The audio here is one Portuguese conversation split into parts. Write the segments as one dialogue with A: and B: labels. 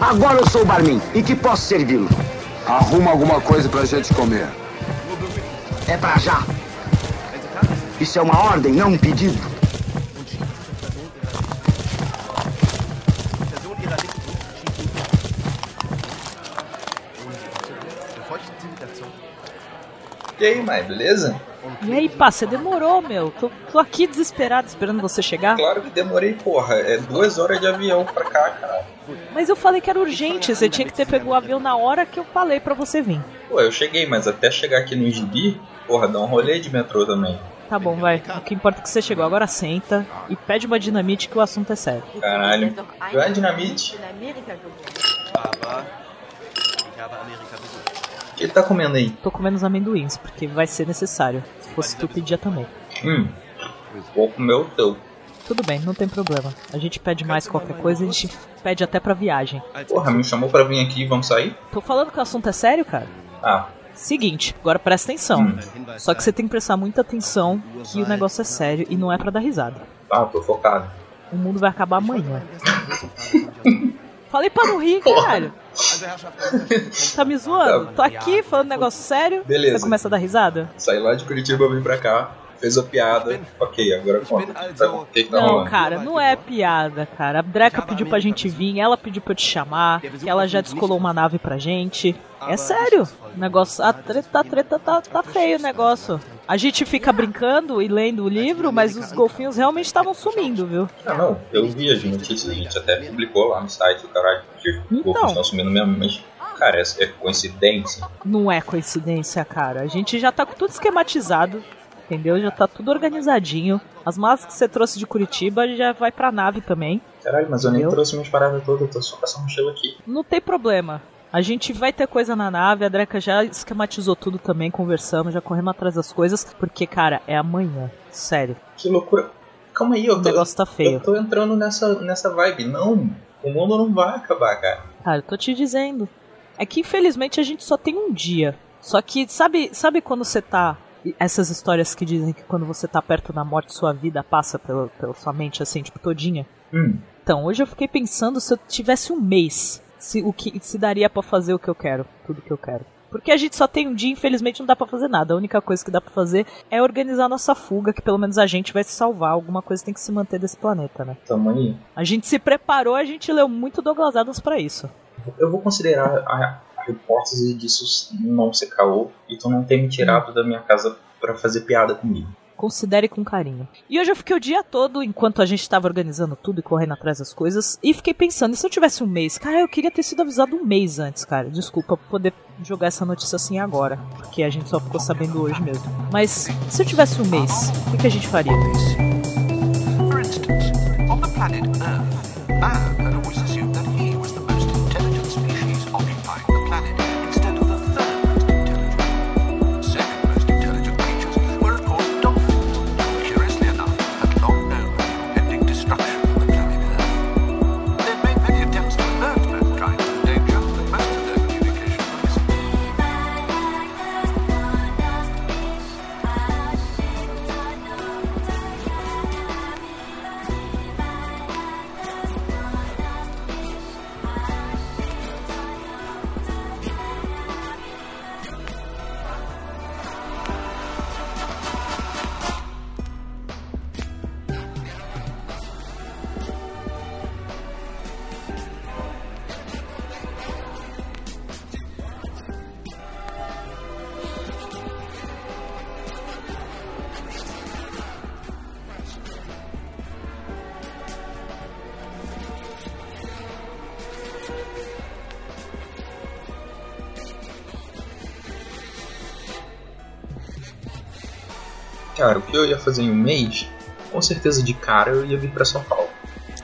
A: Agora eu sou o barman e que posso servi-lo.
B: Arruma alguma coisa pra gente comer.
A: É pra já. Isso é uma ordem, não um pedido.
C: E aí, Mai, beleza?
D: E aí, pá, você demorou, meu. Tô, tô aqui desesperado esperando você chegar.
C: Claro que demorei, porra. É duas horas de avião pra cá, cara.
D: Mas eu falei que era urgente, você tinha que ter pego o avião na hora que eu falei pra você vir.
C: Pô, eu cheguei, mas até chegar aqui no Gibi, porra, dá um rolê de metrô também.
D: Tá bom, vai. O que importa é que você chegou. Agora senta e pede uma dinamite que o assunto é sério.
C: Caralho. Não é dinamite? O que ele tá comendo aí?
D: Tô comendo os amendoins, porque vai ser necessário. Se fosse tu pedia também.
C: Hum, vou comer o teu.
D: Tudo bem, não tem problema. A gente pede mais qualquer coisa, a gente pede até pra viagem.
C: Porra, me chamou pra vir aqui, vamos sair?
D: Tô falando que o assunto é sério, cara?
C: Ah,
D: Seguinte, agora presta atenção. Só que você tem que prestar muita atenção que o negócio é sério e não é pra dar risada.
C: tá, tô focado.
D: O mundo vai acabar amanhã. Falei pra não rir, caralho. Tá me zoando? Tô aqui falando um negócio sério.
C: Beleza.
D: Você começa a dar risada?
C: Saí lá de Curitiba, vim pra cá, fez a piada. Ok, agora conta. Tá, O que que tá
D: Não,
C: rolando?
D: cara, não é piada, cara. A Dreca pediu pra gente vir, ela pediu pra eu te chamar, que ela já descolou uma nave pra gente. É sério. O negócio. A treta, a treta tá, tá feio o negócio. A gente fica brincando e lendo o livro, mas os golfinhos realmente estavam sumindo, viu?
C: Ah, não, eu vi as notícias, a gente até publicou lá no site do caralho, porque os
D: Então.
C: golpes estão tá sumindo mesmo, mas, cara, é, é coincidência.
D: Não é coincidência, cara. A gente já tá com tudo esquematizado, entendeu? Já tá tudo organizadinho. As malas que você trouxe de Curitiba já vai pra nave também.
C: Caralho, mas eu nem
D: Eu?
C: trouxe minhas paradas todas, eu tô só com essa mochila aqui.
D: Não tem problema. A gente vai ter coisa na nave, a Dreca já esquematizou tudo também, conversamos, já corremos atrás das coisas, porque, cara, é amanhã. Sério,
C: Que loucura. Calma aí, eu
D: o
C: tô,
D: negócio tá
C: eu
D: feio.
C: tô entrando nessa, nessa vibe. Não, o mundo não vai acabar, cara.
D: Cara, eu tô te dizendo. É que infelizmente a gente só tem um dia. Só que, sabe, sabe quando você tá. Essas histórias que dizem que quando você tá perto da morte, sua vida passa pela, pela sua mente, assim, tipo, todinha?
C: Hum,
D: Então, hoje eu fiquei pensando se eu tivesse um mês, se o que se daria pra fazer o que eu quero, tudo que eu quero. Porque a gente só tem um dia, infelizmente não dá pra fazer nada. A única coisa que dá pra fazer é organizar nossa fuga, que pelo menos a gente vai se salvar. Alguma coisa tem que se manter desse planeta, né?
C: tamo aí.
D: A gente se preparou, a gente leu muito Douglas Adams pra isso.
C: Eu vou considerar a, a hipótese disso não ser caô e tu não ter me tirado da minha casa pra fazer piada comigo.
D: Considere com carinho. E hoje eu fiquei o dia todo, enquanto a gente tava organizando tudo e correndo atrás das coisas, e fiquei pensando, e se eu tivesse um mês? Cara, eu queria ter sido avisado um mês antes, cara. Desculpa por poder jogar essa notícia assim agora, porque a gente só ficou sabendo hoje mesmo. Mas se eu tivesse um mês, o que, que a gente faria?
E: For instance, on the planet Earth, man had always assumed that he was the most intelligent species occupying the planet, instead of the third most intelligent. Second most intelligent creatures were, of course, dolphins, who, curiously enough, had long known the impending destruction of the planet Earth. They'd made many attempts to alert mankind to the danger, but most of their communication was missing.
C: Cara, o que eu ia fazer em um mês, com certeza de cara eu ia vir pra São Paulo.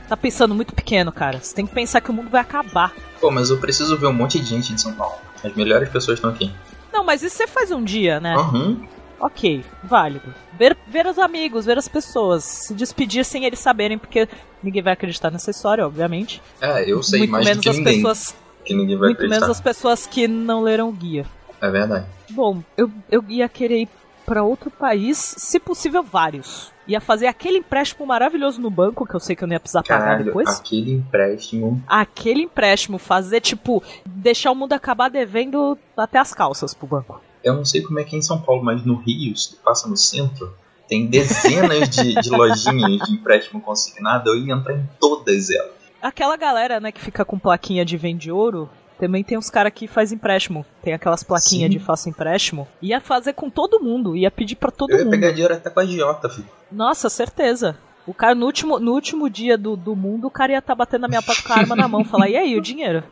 D: Tá pensando muito pequeno, cara. Você tem que pensar que o mundo vai acabar.
C: Pô, mas eu preciso ver um monte de gente de São Paulo. As melhores pessoas estão aqui.
D: Não, mas isso você faz um dia, né?
C: Uhum.
D: Ok, válido. Ver, ver os amigos, ver as pessoas, se despedir sem eles saberem, porque ninguém vai acreditar nessa história, obviamente.
C: É, eu sei
D: muito
C: mais do
D: menos
C: que
D: as
C: ninguém.
D: pessoas,
C: Que ninguém vai
D: muito menos
C: acreditar.
D: as pessoas que não leram o guia.
C: É verdade.
D: Bom, eu, eu ia querer ir pra outro país, se possível vários. Ia fazer aquele empréstimo maravilhoso no banco, que eu sei que eu não ia precisar pagar
C: Caralho, ah.
D: depois.
C: aquele empréstimo.
D: Aquele empréstimo, fazer tipo, deixar o mundo acabar devendo até as calças pro banco.
C: Eu não sei como é que é em São Paulo, mas no Rio, se tu passa no centro, tem dezenas de, de lojinhas de empréstimo consignado. Eu ia entrar em todas elas.
D: Aquela galera, né, que fica com plaquinha de vende ouro, também tem uns cara que faz empréstimo. Tem aquelas plaquinhas
C: Sim.
D: de faça empréstimo. Ia fazer com todo mundo, ia pedir pra todo
C: Eu ia
D: mundo.
C: pegar dinheiro até com a Giota, filho.
D: Nossa, certeza. O cara, no último, no último dia do, do mundo, o cara ia estar batendo na minha porta com a arma na mão. Falar, e aí, o dinheiro?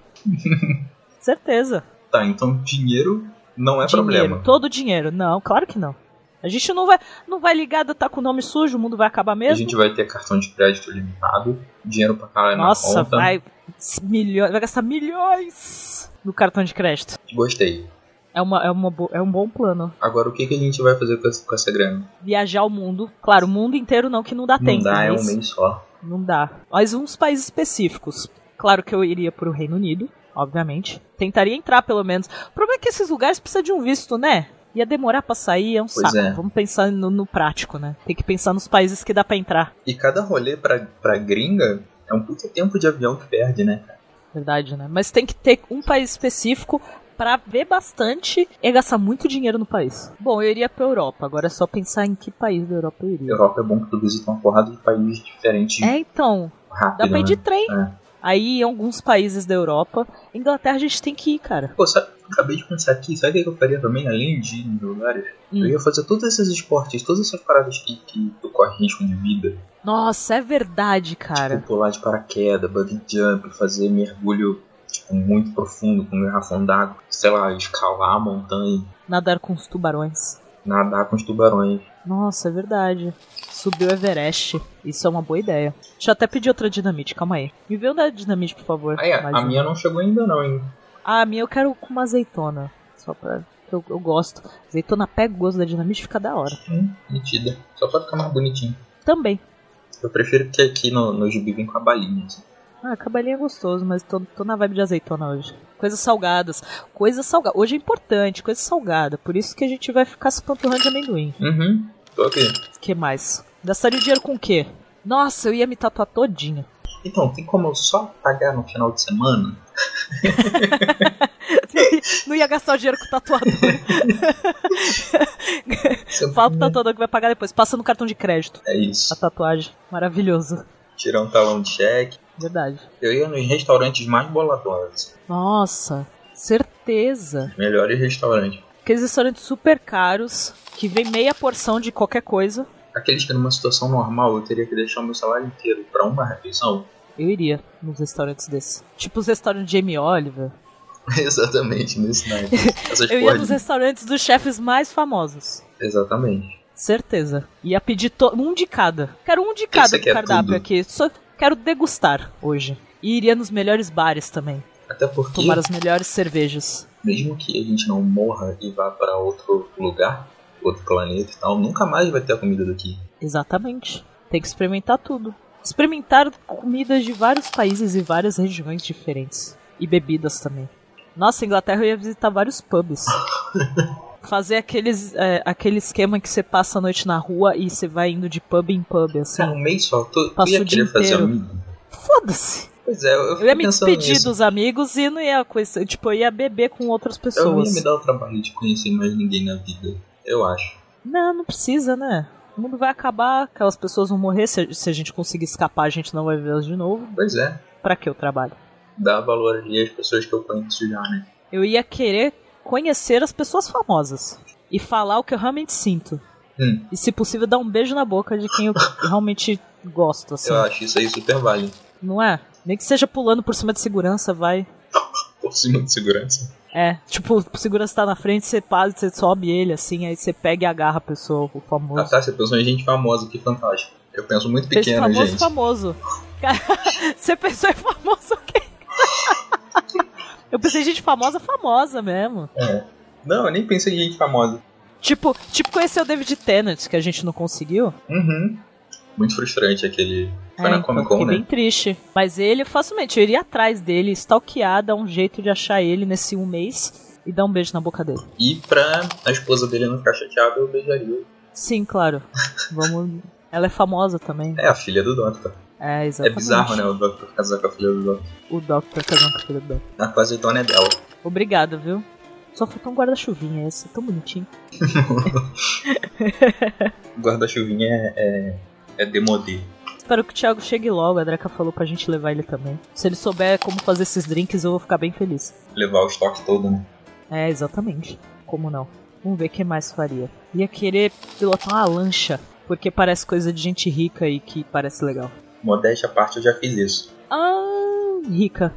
D: certeza.
C: Tá, então dinheiro não é
D: dinheiro,
C: problema.
D: todo dinheiro. Não, claro que não. A gente não vai, não vai ligar de tá com o nome sujo, o mundo vai acabar
C: A
D: mesmo.
C: gente vai ter cartão de crédito limitado, dinheiro pra caralho
D: Nossa,
C: na conta.
D: vai, milhões, vai gastar milhões no cartão de crédito.
C: Gostei.
D: É, uma, é, uma, bo- é um bom plano.
C: Agora, o que, que a gente vai fazer com essa, com essa grana?
D: Viajar o mundo. Claro, o mundo inteiro não, que não dá tempo.
C: não dá, é um
D: mas-
C: mês só.
D: Não dá. Mas uns países específicos. Claro que eu iria pro Reino Unido, obviamente. Tentaria entrar, pelo menos. O problema é que esses lugares precisam de um visto, né? Ia demorar pra sair, é um
C: Pois
D: saco.
C: é.
D: Vamos pensar no, no prático, né? Tem que pensar nos países que dá pra entrar.
C: E cada rolê pra, pra gringa é um puta tempo de avião que perde, né? cara?
D: Verdade, né? Mas tem que ter um país específico pra ver bastante e gastar muito dinheiro no país. Bom, eu iria pra Europa. Agora é só pensar em que país da Europa eu iria.
C: Europa é bom que tu visita uma porrada de países diferentes
D: É, então.
C: rápido,
D: Dá pra ir de
C: né?
D: trem.
C: É.
D: Aí, em alguns países da Europa. Inglaterra a gente tem que ir, cara.
C: Pô, sabe, acabei de pensar aqui, sabe o que que eu faria também, além de ir nos lugares?
D: Hum.
C: Eu ia fazer todos esses esportes, todas essas paradas que, que tu corre risco de vida.
D: Nossa, é verdade, cara.
C: Tipo, pular de paraquedas, bungee jump, fazer mergulho tipo, muito profundo com um garrafão d'água, sei lá, escalar a montanha,
D: Nadar com os tubarões.
C: nadar com os tubarões.
D: Nossa, é verdade. Subiu o Everest. Isso é uma boa ideia. Deixa eu até pedir outra dinamite, calma aí. Me vê uma dinamite, por favor.
C: Ah, é,
D: Mais
C: a
D: uma.
C: minha não chegou ainda não, hein?
D: Ah, a minha eu quero com uma azeitona. Só pra. Eu, eu gosto. Azeitona pega o gosto da dinamite e fica da hora.
C: Hum, metida. Só pra ficar mais bonitinho.
D: Também.
C: Eu prefiro que aqui no, no gibi vem com a balinha. assim.
D: Ah, cabelinho é gostoso, mas tô, tô na vibe de azeitona hoje. Coisas salgadas. Coisas salgadas. Hoje é importante, coisa salgada. Por isso que a gente vai ficar se panturrando de amendoim.
C: Uhum, tô aqui.
D: que mais? Gastaria o dinheiro com o quê? Nossa, eu ia me tatuar todinha.
C: Então, tem como eu só pagar no final de semana?
D: Não ia gastar o dinheiro com o tatuador.
C: Você-
D: Fala pro tatuador que vai pagar depois. Passa no cartão de crédito
C: É
D: a
C: isso.
D: tatuagem. Maravilhoso.
C: Tirar um talão de cheque.
D: Verdade.
C: Eu ia nos restaurantes mais boladões.
D: Nossa, certeza.
C: Melhores restaurantes.
D: Aqueles restaurantes super caros, que vem meia porção de qualquer coisa,
C: Aqueles que numa situação normal eu teria que deixar o meu salário inteiro pra uma refeição.
D: eu iria nos restaurantem desses. Tipo os restaurantes de Jamie Oliver.
C: Exatamente, nesse night. Essas
D: Eu ia assim.
C: porras
D: nos
C: de-
D: restaurantes dos chefes mais famosos.
C: Exatamente.
D: Certeza. Ia pedir to- um de cada. Quero um de cada
C: você
D: do
C: quer
D: cardápio
C: tudo?
D: aqui. Só quero degustar hoje. E iria nos melhores bares também.
C: Até porque,
D: Tomar as melhores cervejas.
C: mesmo que a gente não morra e vá pra outro lugar, outro planeta e tal, nunca mais vai ter a comida daqui.
D: Exatamente. Tem que experimentar tudo. Experimentar comidas de vários países e várias regiões diferentes. E bebidas também. Nossa, Inglaterra eu ia visitar vários pubs. Fazer aqueles, é, aquele esquema que você passa a noite na rua e você vai indo de pub em pub, assim.
C: Cara, um mês só, tu, tu
D: Passa
C: ia
D: o dia
C: querer fazer
D: inteiro.
C: amigo?
D: Foda-se!
C: Pois é, eu, eu
D: Eu ia
C: fico
D: me
C: pensando
D: despedir
C: nisso.
D: dos amigos e não ia conhecer. Tipo, eu ia beber com outras
C: Eu não ia
D: pessoas.
C: me dar o trabalho de conhecer mais ninguém na vida, eu acho.
D: Não, não precisa, né? O mundo vai acabar, aquelas pessoas vão morrer. Se a, se a gente conseguir escapar, a gente não vai vê-las de novo.
C: Pois é,
D: Pra que eu trabalho?
C: dá valor ali às pessoas que eu conheço já, né?
D: Eu ia querer conhecer as pessoas famosas e falar o que eu realmente sinto.
C: Hum.
D: E, se possível, dar um beijo na boca de quem eu realmente gosto, assim.
C: Eu acho isso aí super válido.
D: Não é? Nem que seja pulando por cima de segurança, vai.
C: Por cima de segurança.
D: É, tipo, o segurança tá na frente, você passa, você sobe ele, assim, aí você pega e agarra a pessoa, o famoso.
C: Ah tá, você pensou em gente famosa, que fantástico. Eu penso muito
D: Peixe
C: pequeno,
D: famoso,
C: gente.
D: famoso. Cara, Você pensou em famoso o quê? Eu pensei em gente famosa, famosa mesmo.
C: Não, eu nem pensei em gente famosa.
D: Tipo, tipo conhecer o David Tennant, que a gente não conseguiu.
C: Uhum. Muito frustrante aquele. Foi
D: É,
C: na
D: então,
C: Comic
D: fiquei
C: Con, né?
D: bem triste. Mas ele, facilmente, eu iria atrás dele, stalkear, dar um jeito de achar ele nesse um mês. e dá um beijo na boca dele.
C: E pra a esposa dele não ficar chateada, eu beijaria.
D: Sim, claro. Vamos. Ela é famosa também.
C: É a filha do Doctor.
D: É,
C: É
D: exatamente.
C: bizarro, né? O Doctor casar com a filha do Doctor.
D: O Doctor casando com a filha do Doctor.
C: A quase-dona é dela.
D: Obrigado, viu? Só faltou um guarda-chuvinha esse, tão bonitinho.
C: Guarda-chuvinha é, é, é demodê.
D: Espero que o Thiago chegue logo, a Dreca falou pra gente levar ele também. Se ele souber como fazer esses drinks, eu vou ficar bem feliz.
C: Levar o estoque todo, né?
D: É, exatamente. Como não? Vamos ver o que mais faria. Ia querer pilotar uma lancha, porque parece coisa de gente rica e que parece legal.
C: Modéstia à parte, eu já fiz isso.
D: Ah, rica.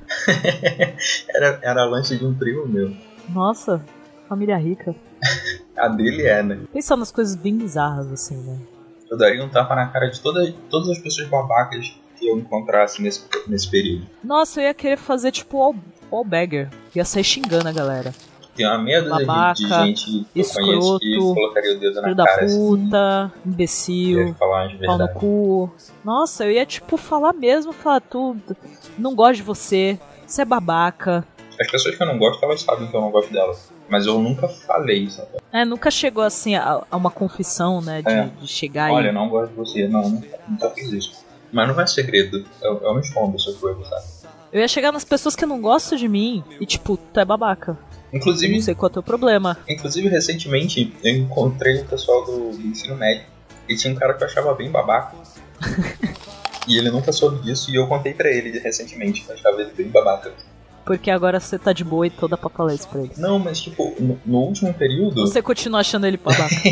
C: Era, era a lanche de um primo meu.
D: Nossa, família rica.
C: A dele é, né?
D: Pensar nas coisas bem bizarras, assim, né?
C: Eu daria um tapa na cara de toda, todas as pessoas babacas que eu encontrasse nesse, nesse período.
D: Nossa, eu ia querer fazer tipo all, all bagger. Ia sair xingando a galera.
C: Tem uma meia dúzia de- de
D: Babaca,
C: gente que eu conheço que
D: escroto,
C: colocaria o dedo
D: Filho
C: na
D: da
C: cara assim.
D: puta,
C: e
D: imbecil,
C: ia falar as
D: pau no
C: verdades.
D: cu. Nossa, eu ia tipo falar mesmo, falar tudo. Não gosto de você, você é babaca.
C: As pessoas que eu não gosto, elas sabem que eu não gosto delas. Mas eu nunca falei isso.
D: É, nunca chegou assim a, a uma confissão, né? De,
C: É.
D: de chegar
C: Olha, eu
D: e.
C: não gosto de você. Não, nunca, nunca fiz isso. Mas não vai segredo. É, um Eu, eu não escondo essas coisas, sabe?
D: Eu ia chegar nas pessoas que não gostam de mim e tipo, tu é babaca. Eu
C: Inclusive,
D: não sei qual é o teu problema.
C: Inclusive, recentemente, eu encontrei o pessoal do, do ensino médio e tinha um cara que eu achava bem babaca. e ele nunca soube disso e eu contei pra ele recentemente que eu achava ele bem babaca.
D: Porque agora você tá de boa e toda papalete pra ele.
C: Não, mas tipo, no, no último período,
D: Você continua achando ele babaca.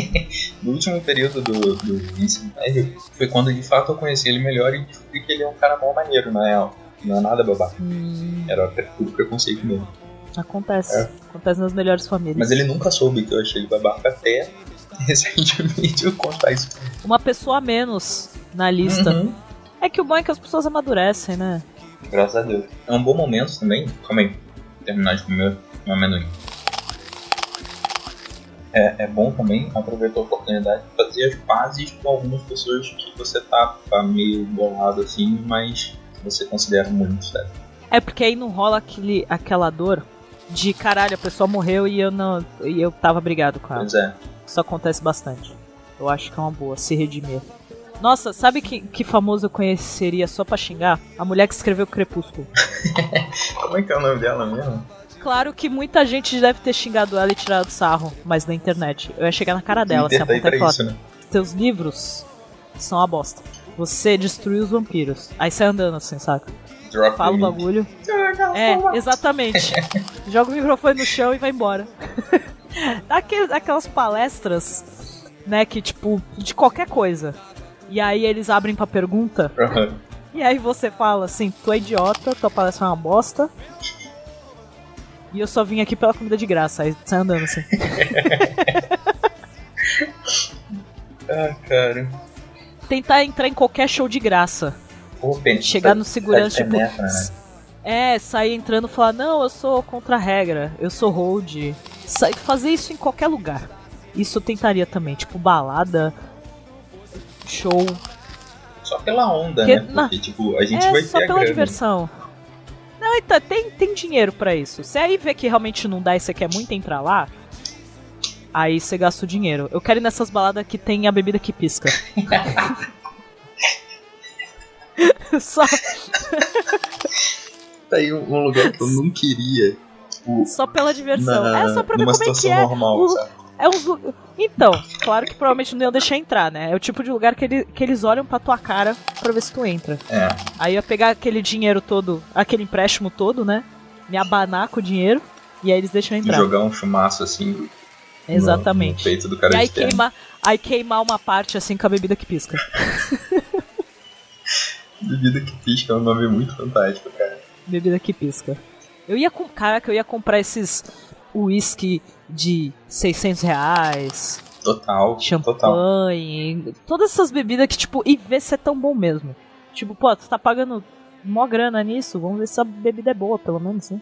C: no último período do, do ensino médio, foi quando de fato eu conheci ele melhor e descobri que ele é um cara mal maneiro, na real. Não é nada babaca.
D: hum,
C: Era pre- tudo preconceito mesmo.
D: acontece. Acontece nas melhores famílias.
C: É. Mas ele nunca soube que eu achei ele babaca até recentemente eu contar isso.
D: Uma pessoa a menos na lista.
C: Uhum.
D: É que o bom é que as pessoas amadurecem, né?
C: Graças a Deus. É um bom momento também. Calma aí. Vou Terminar de comer um amendoim. É, é bom também aproveitar a oportunidade de fazer as pazes com algumas pessoas que você tá, tá meio bolado assim, mas que você considera muito sério.
D: É porque aí não rola aquele, aquela dor de caralho, a pessoa morreu e eu não. e eu tava brigado com ela.
C: Pois é.
D: Isso acontece bastante. Eu acho que é uma boa, se redimir. Nossa, sabe que, que famoso eu conheceria só pra xingar? A mulher que escreveu Crepúsculo.
C: Como é que é o nome dela mesmo?
D: Claro que muita gente deve ter xingado ela e tirado sarro, mas na internet. Eu ia chegar na cara dela, assim, se
C: Twitter tá aí
D: apontar e
C: pra
D: falar,
C: isso, né?
D: é teus livros são a bosta. Você destruiu os vampiros. Aí sai andando assim, saca?
C: Drop
D: Fala o
C: the
D: bagulho. É, exatamente. Joga o microfone no chão e vai embora. Aqueles, aquelas palestras, né, que tipo, de qualquer coisa. E aí eles abrem pra pergunta,
C: Aham.
D: e aí você fala assim, tu é idiota, tua palestra é uma bosta. E eu só vim aqui pela comida de graça, aí sai andando assim.
C: Ah, cara.
D: Tentar entrar em qualquer show de graça.
C: Pô, Penny,
D: Chegar
C: tá-
D: no segurança,
C: tá de
D: tipo.
C: penetra, né?
D: É, sair entrando e falar, não, eu sou contra a regra, eu sou hold. Sa- fazer isso em qualquer lugar. Isso eu tentaria também, tipo balada, show.
C: Só pela onda,
D: Que-
C: né?
D: na-
C: Porque, tipo, a gente
D: É,
C: vai
D: só
C: ter a
D: pela
C: grana.
D: diversão. Não, então, tem, tem dinheiro pra isso. Se aí vê que realmente não dá e você quer muito entrar lá, aí você gasta o dinheiro. Eu quero ir nessas baladas que tem a bebida que pisca. só,
C: Tá aí um um lugar que eu não queria. Tipo,
D: só pela diversão.
C: na-
D: é só pra ver
C: numa
D: como é que
C: situação
D: é.
C: normal,
D: o-
C: sabe?
D: É uns lu- Então, claro que provavelmente não iam deixar entrar, né? É o tipo de lugar que, ele- que eles olham pra tua cara pra ver se tu entra.
C: É.
D: Aí eu ia pegar aquele dinheiro todo, aquele empréstimo todo, né? Me abanar com o dinheiro. E aí eles deixam eu
C: E
D: entrar.
C: jogar um chumaço assim no- no,
D: Exatamente.
C: peito do cara
D: e aí
C: de terno.
D: queimar, aí queimar uma parte assim com a bebida que pisca.
C: Bebida que pisca é um nome muito fantástico, cara.
D: Bebida que pisca. Eu ia com. Caraca, eu ia comprar esses uísque de 600 reais.
C: Total. Total.
D: champanhe, todas essas bebidas que, tipo, e ver se é tão bom mesmo. Tipo, pô, tu tá pagando mó grana nisso, vamos ver se a bebida é boa, pelo menos, né?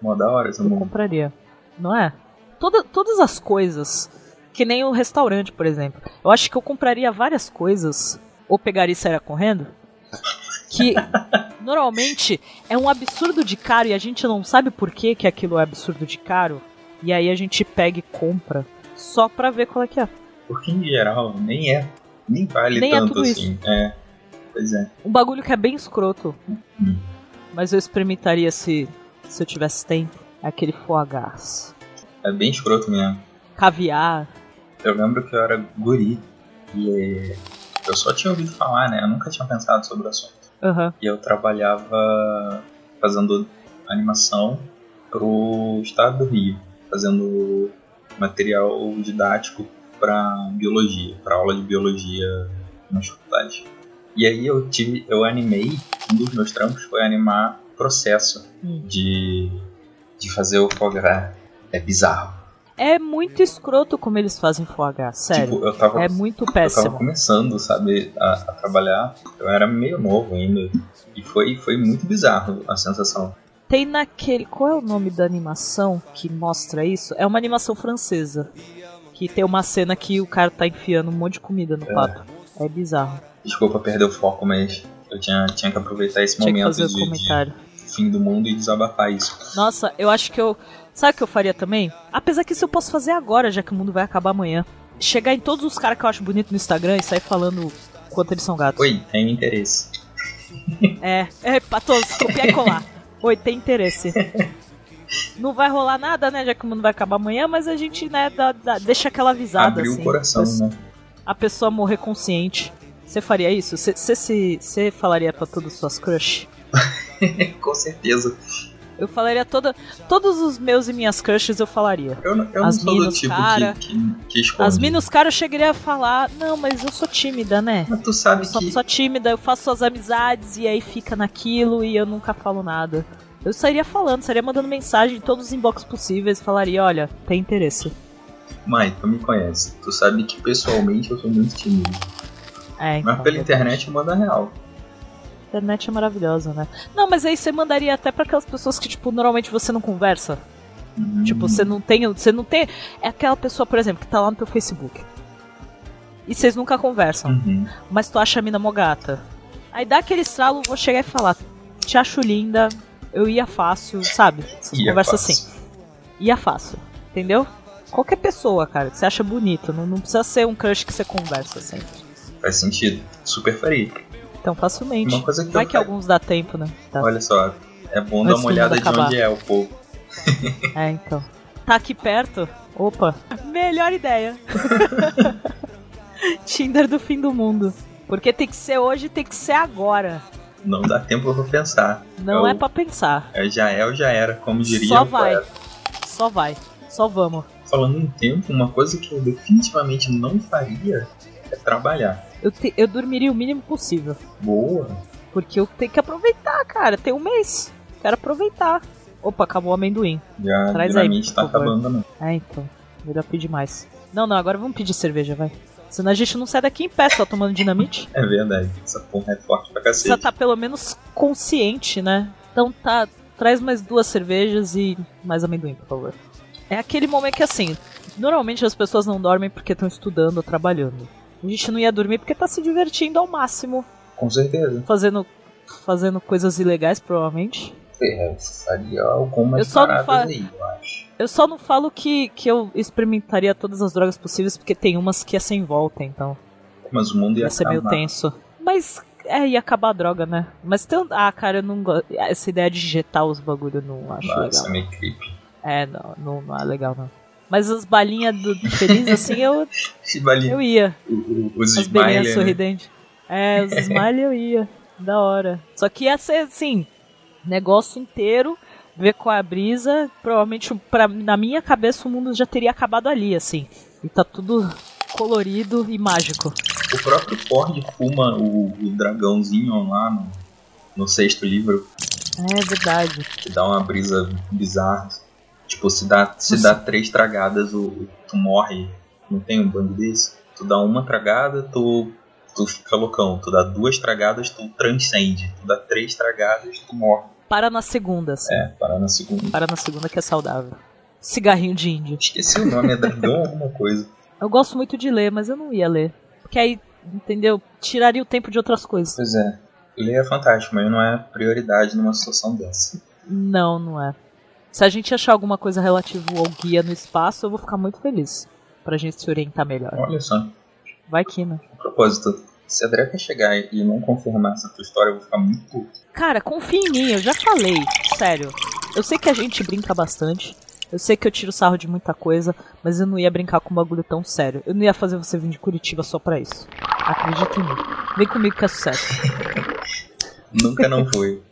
C: Mó da hora esse
D: Eu
C: mundo.
D: compraria, não é? Toda, todas as coisas, que nem o restaurante, por exemplo. Eu acho que eu compraria várias coisas, ou pegaria e sairia correndo, que normalmente é um absurdo de caro e a gente não sabe por que, que aquilo é absurdo de caro. E aí a gente pega e compra só pra ver qual é que é.
C: Porque em geral nem é. Nem vale
D: Nem é
C: tanto
D: tudo
C: assim. É. Pois é.
D: Um bagulho que é bem escroto.
C: Hum.
D: Mas eu experimentaria se, se eu tivesse tempo. É aquele foie gras.
C: É bem escroto mesmo.
D: Caviar.
C: Eu lembro que eu era guri e eh, eu só tinha ouvido falar, né? Eu nunca tinha pensado sobre o assunto.
D: Aham.
C: E eu trabalhava fazendo animação pro estado do Rio, fazendo material didático pra biologia, pra aula de biologia nas faculdades. E aí eu tive, eu animei, um dos meus trampos foi animar processo
D: Hum.
C: de, de fazer o foie gras. É bizarro.
D: É muito escroto como eles fazem foie gras, sério.
C: Tipo, eu tava
D: é muito
C: eu tava
D: péssimo.
C: começando, sabe, a, a trabalhar. Eu era meio novo ainda. E foi, foi muito bizarro a sensação.
D: Tem naquele. Qual é o nome da animação que mostra isso? É uma animação francesa. Que tem uma cena que o cara tá enfiando um monte de comida no pato. É bizarro.
C: Desculpa perder o foco, mas eu tinha, tinha que aproveitar esse
D: Tinha que
C: momento
D: fazer o
C: de,
D: comentário.
C: de fim do mundo e desabafar isso.
D: Nossa, eu acho que eu. Sabe o que eu faria também? Apesar que isso eu posso fazer agora, já que o mundo vai acabar amanhã. Chegar em todos os caras que eu acho bonito no Instagram e sair falando o quanto eles são gatos.
C: Oi, tem interesse.
D: É, é, pra todos, copiar e colar. Oi, tem interesse. Não vai rolar nada, né? Já que o mundo vai acabar amanhã, mas a gente, né, dá- dá- deixa aquela avisada.
C: Abriu
D: assim,
C: o coração,
D: pra-
C: né?
D: a pessoa morrer consciente. Você faria isso? Você- Você se- você falaria pra todas as suas crush?
C: né? Com certeza.
D: Eu falaria toda, todos os meus e minhas crushes eu falaria.
C: Eu, não- eu não
D: As
C: sou
D: minas,
C: do tipo
D: cara.
C: que, que, que esconde.
D: As minas, cara, eu chegaria a falar, não, mas eu sou tímida, né?
C: Mas tu sabe
D: Eu sou
C: que
D: só tímida, eu faço as amizades e aí fica naquilo e eu nunca falo nada. Eu sairia falando, sairia mandando mensagem em todos os inbox possíveis, falaria, olha, tem interesse.
C: Mãe, tu me conhece. Tu sabe que pessoalmente eu sou muito tímido.
D: É, então,
C: Mas pela
D: eu-
C: internet eu mando a real.
D: internet é maravilhosa, né? Não, mas aí você mandaria até pra aquelas pessoas que, tipo, normalmente você não conversa. Tipo, você não tem. Você não tem. É aquela pessoa, por exemplo, que tá lá no teu Facebook. E vocês nunca conversam.
C: Uhum.
D: mas tu acha a mina mó gata. Aí dá aquele estralo, vou chegar e falar, te acho linda, eu ia fácil, sabe? Essas
C: E é
D: conversas
C: fácil.
D: assim. Ia fácil, entendeu? Qualquer pessoa, cara, que você acha bonita, não, não precisa ser um crush que você conversa sempre.
C: Faz sentido. Super faria.
D: Então, facilmente.
C: Uma coisa que
D: Vai
C: eu
D: que
C: fa-
D: alguns dá tempo, né? Tá.
C: Olha só, é bom dar
D: Antes do
C: uma
D: mundo
C: olhada de
D: acabar.
C: onde é o povo.
D: É, então. Tá aqui perto? Opa. Melhor ideia. Tinder do fim do mundo. Porque tem que ser hoje, tem que ser agora.
C: Não dá tempo pra pensar.
D: Não
C: Eu-
D: é pra pensar.
C: É, já é ou já era, como diria
D: Só
C: o
D: vai.
C: poeta.
D: Só vai. Só vamos.
C: Falando em tempo, uma coisa que eu definitivamente não faria é trabalhar.
D: Eu, te- eu dormiria o mínimo possível.
C: Boa.
D: Porque eu tenho que aproveitar, cara. Tem um mês. Quero aproveitar. Opa, acabou o amendoim.
C: Já
D: Traz
C: geralmente
D: aí, por
C: tá
D: favor.
C: acabando, não.
D: É, então. Melhor pedir mais. Não, não, agora vamos pedir cerveja, vai. Senão a gente não sai daqui em pé só tomando dinamite.
C: É verdade. Essa porra é forte pra cacete.
D: Precisa tá pelo menos consciente, né? Então tá, traz mais duas cervejas e mais amendoim, por favor. É aquele momento que assim, normalmente as pessoas não dormem porque estão estudando ou trabalhando. A gente não ia dormir porque tá se divertindo ao máximo,
C: Com certeza.
D: fazendo, fazendo coisas ilegais, provavelmente.
C: É, eu faria algumas
D: Eu só não
C: paradas
D: fa-
C: aí, eu acho.
D: Eu só não falo que, que eu experimentaria todas as drogas possíveis, porque tem umas que é sem volta, então.
C: Mas o mundo ia
D: Ia ser meio
C: acabar.
D: tenso. Mas é, ia acabar a droga, né? Mas tem. um- Ah, cara, eu não gosto. Essa ideia de injetar os bagulho eu não acho
C: Ah,
D: legal.
C: Isso é meio creepy.
D: É, não, não, não é legal, não. Mas as balinhas do do feliz, assim, eu,
C: Se vale
D: eu ia.
C: o- o- os
D: As belinhas
C: smiley, né?
D: sorridentes. É, os smiley eu ia. Da hora. Só que ia ser assim, negócio inteiro, ver com a brisa. Provavelmente, pra, na minha cabeça, o mundo já teria acabado ali, assim. E tá tudo colorido e mágico.
C: O próprio Ford fuma o, o dragãozinho lá no, no sexto livro,
D: É verdade.
C: que dá uma brisa bizarra. Tipo, se dá, se dá três tragadas, o, tu morre. Não tem um bando desse? Tu dá uma tragada, tu, tu fica loucão. Tu dá duas tragadas, tu transcende. Tu dá três tragadas, tu morre.
D: Para na segunda, assim.
C: É, parar na segunda.
D: Para na segunda que é saudável. Cigarrinho de índio.
C: Esqueci o nome, é dragão alguma coisa.
D: Eu gosto muito de ler, mas eu não ia ler. Porque aí, entendeu? Tiraria o tempo de outras coisas.
C: Pois é. Ler é fantástico, mas não é prioridade numa situação dessa.
D: Não, não é. Se a gente achar alguma coisa relativa ao guia no espaço, eu vou ficar muito feliz. Pra gente se orientar melhor.
C: Olha só.
D: Vai que, né?
C: A propósito, se a Dreca chegar e não confirmar essa tua história, eu vou ficar muito puto.
D: Cara, confia em mim, eu já falei. Sério. Eu sei que a gente brinca bastante. Eu sei que eu tiro sarro de muita coisa, mas eu não ia brincar com um bagulho tão sério. Eu não ia fazer você vir de Curitiba só pra isso. Acredita em mim. Vem comigo que é sucesso.
C: Nunca não foi.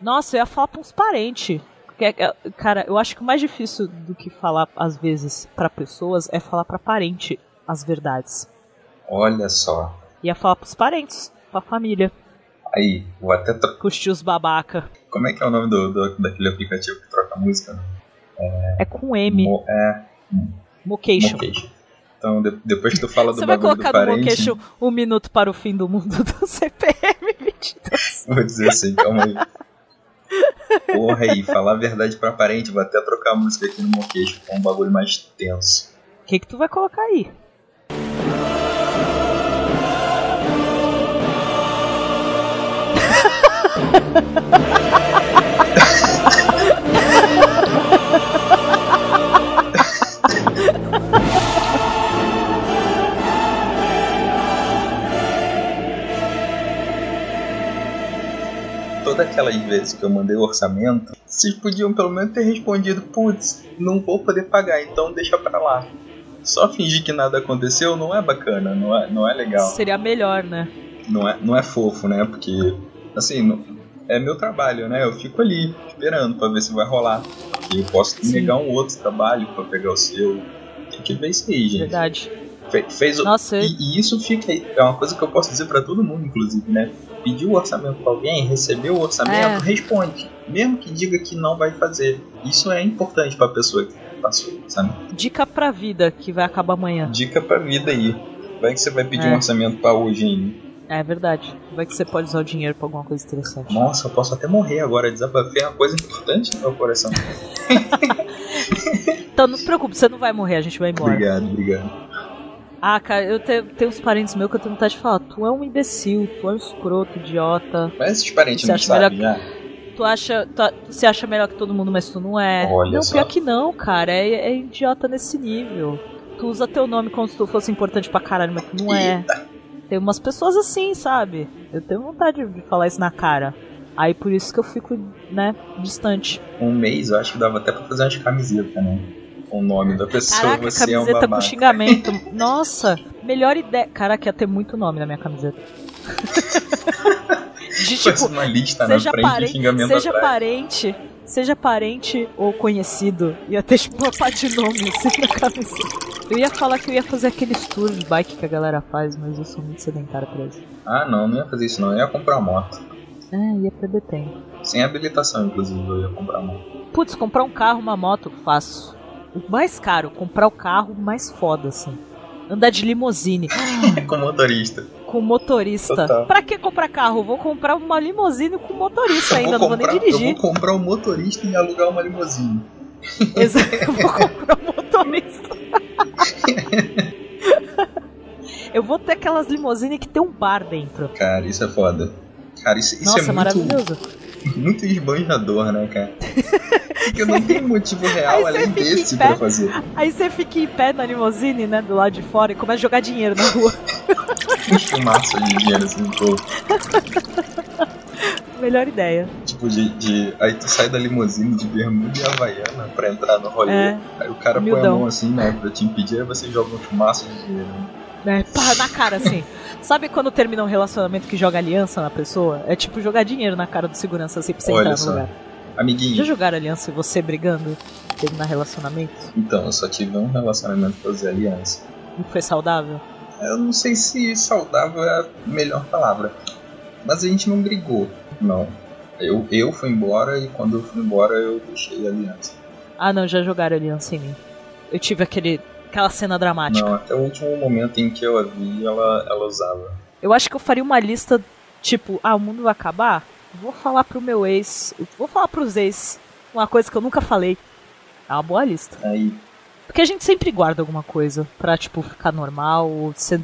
D: Nossa, eu ia falar pra uns parentes. Porque, é, Cara, eu acho que o mais difícil do que falar, às vezes, pra pessoas é falar pra parente as verdades.
C: Olha só.
D: Ia falar pros parentes, pra família,
C: Aí, vou até. tro-
D: com os tios babaca.
C: Como é que é o nome do, do- daquele aplicativo que troca música?
D: É com M,
C: Mo- é,
D: Mocation.
C: Mocation. Então, de- depois que tu fala do
D: Você vai
C: bagulho do
D: colocar no
C: parente,
D: Mocation um minuto para o fim do mundo do CPM 22.
C: vou dizer assim, calma aí. Porra aí, falar a verdade pra parente, vou até trocar a música aqui no Mocation, ficar um bagulho mais tenso.
D: O que, que tu vai colocar aí?
C: Toda aquelas vezes que eu mandei o orçamento, vocês podiam pelo menos ter respondido, putz, não vou poder pagar, então deixa pra lá. Só fingir que nada aconteceu não é bacana, não é, não é legal.
D: Seria melhor, né?
C: não é, não é fofo, né? Porque, assim, não- é meu trabalho, né? Eu fico ali esperando pra ver se vai rolar. E eu posso
D: Sim.
C: negar um outro trabalho pra pegar o seu. Tem que ver isso aí, gente.
D: Verdade.
C: Fe- fez o-
D: Nossa, eu-
C: e, e isso fica aí. É uma coisa que eu posso dizer pra todo mundo, inclusive, né? Pedir o orçamento pra alguém, receber o orçamento,
D: É.
C: responde. Mesmo que diga que não vai fazer. Isso é importante pra pessoa que passou, sabe?
D: Dica pra vida que vai acabar amanhã.
C: Dica pra vida aí. Vai que você vai pedir
D: É.
C: um orçamento pra hoje, hein?
D: É verdade. Vai que você pode usar o dinheiro pra alguma coisa interessante.
C: Nossa, eu posso até morrer agora. Desabafei uma coisa importante no meu coração.
D: Então não se preocupe, você não vai morrer, a gente vai embora.
C: Obrigado, obrigado.
D: Ah, cara, eu te- tenho uns parentes meus que eu tenho vontade de falar: tu é um imbecil, tu é um escroto, idiota.
C: Mas esses parentes
D: Você
C: não
D: acha
C: sabem né? já?
D: Tu acha, tu, a- tu se acha melhor que todo mundo, mas tu não é.
C: Olha
D: não,
C: só.
D: pior que não, cara. É, é idiota nesse nível. Tu usa teu nome como se tu fosse importante pra caralho, mas tu não é. Tem umas pessoas assim, sabe? Eu tenho vontade de falar isso na cara. Aí por isso que eu fico, né, distante.
C: Um mês eu acho que dava até pra fazer umas camisetas, né? Com o nome da pessoa,
D: Caraca,
C: você é um
D: camiseta com
C: babaca.
D: xingamento. Nossa, melhor ideia. Caraca, ia ter muito nome na minha camiseta. De
C: Faz
D: tipo,
C: uma lista tá na
D: seja
C: frente e
D: parente,
C: xingamento
D: seja
C: atrás.
D: parente, seja parente ou conhecido, ia ter tipo uma pá de nome assim na camiseta. Eu ia falar que eu ia fazer aqueles tours de bike que a galera faz, mas eu sou muito sedentária pra isso.
C: Ah, não, não ia fazer isso não. Eu ia comprar uma moto.
D: É, ia perder tempo.
C: Sem habilitação, inclusive, eu ia comprar uma moto.
D: Putz, comprar um carro, uma moto, faço. O mais caro, comprar o carro mais foda, assim. Andar de limusine.
C: com motorista.
D: com motorista.
C: Total.
D: Pra que comprar carro? Vou comprar uma limusine com motorista
C: Eu
D: ainda,
C: vou
D: não vou nem
C: comprar- Eu
D: dirigir.
C: vou comprar um motorista e alugar uma limusine.
D: Exato, eu vou comprar um motorista. eu vou ter aquelas limusines que tem um bar dentro.
C: Cara, isso é foda. Cara, isso, isso
D: Nossa,
C: é muito,
D: maravilhoso.
C: muito esbanjador, né, cara? Porque não tem motivo real
D: Aí você
C: além
D: fica em
C: desse
D: pé.
C: pra fazer.
D: Aí você fica em pé na limusine, né, do lado de fora e começa a jogar dinheiro na rua.
C: Um fumaça de dinheiro assim no corpo.
D: Melhor ideia.
C: Tipo, de, de- Aí tu sai da limusine de bermuda e havaiana pra entrar no rolê.
D: É.
C: Aí o cara põe a
D: Humildão.
C: mão assim, né, pra te impedir, aí você joga um fumaça de dinheiro.
D: né? Pá, na cara, assim. Sabe quando termina um relacionamento que joga aliança na pessoa? É tipo jogar dinheiro na cara do segurança assim pra você
C: Olha
D: entrar no
C: só.
D: lugar. Já
C: Amiguinho,
D: jogaram aliança e você brigando? Terminar relacionamento?
C: então, eu só tive um relacionamento pra fazer aliança.
D: Não foi saudável?
C: Eu não sei se saudável é a melhor palavra. Mas a gente não brigou, não. Eu, eu fui embora e quando eu fui embora eu deixei a aliança.
D: Ah, não, já jogaram aliança em mim. Eu tive aquele, aquela cena dramática.
C: Não, até o último momento em que eu a vi, ela, ela usava.
D: Eu acho que eu faria uma lista, tipo, ah, o mundo vai acabar? Vou falar pro meu ex, vou falar pros ex uma coisa que eu nunca falei. É uma boa lista.
C: Aí,
D: Porque a gente sempre guarda alguma coisa pra, tipo, ficar normal, ou, ser-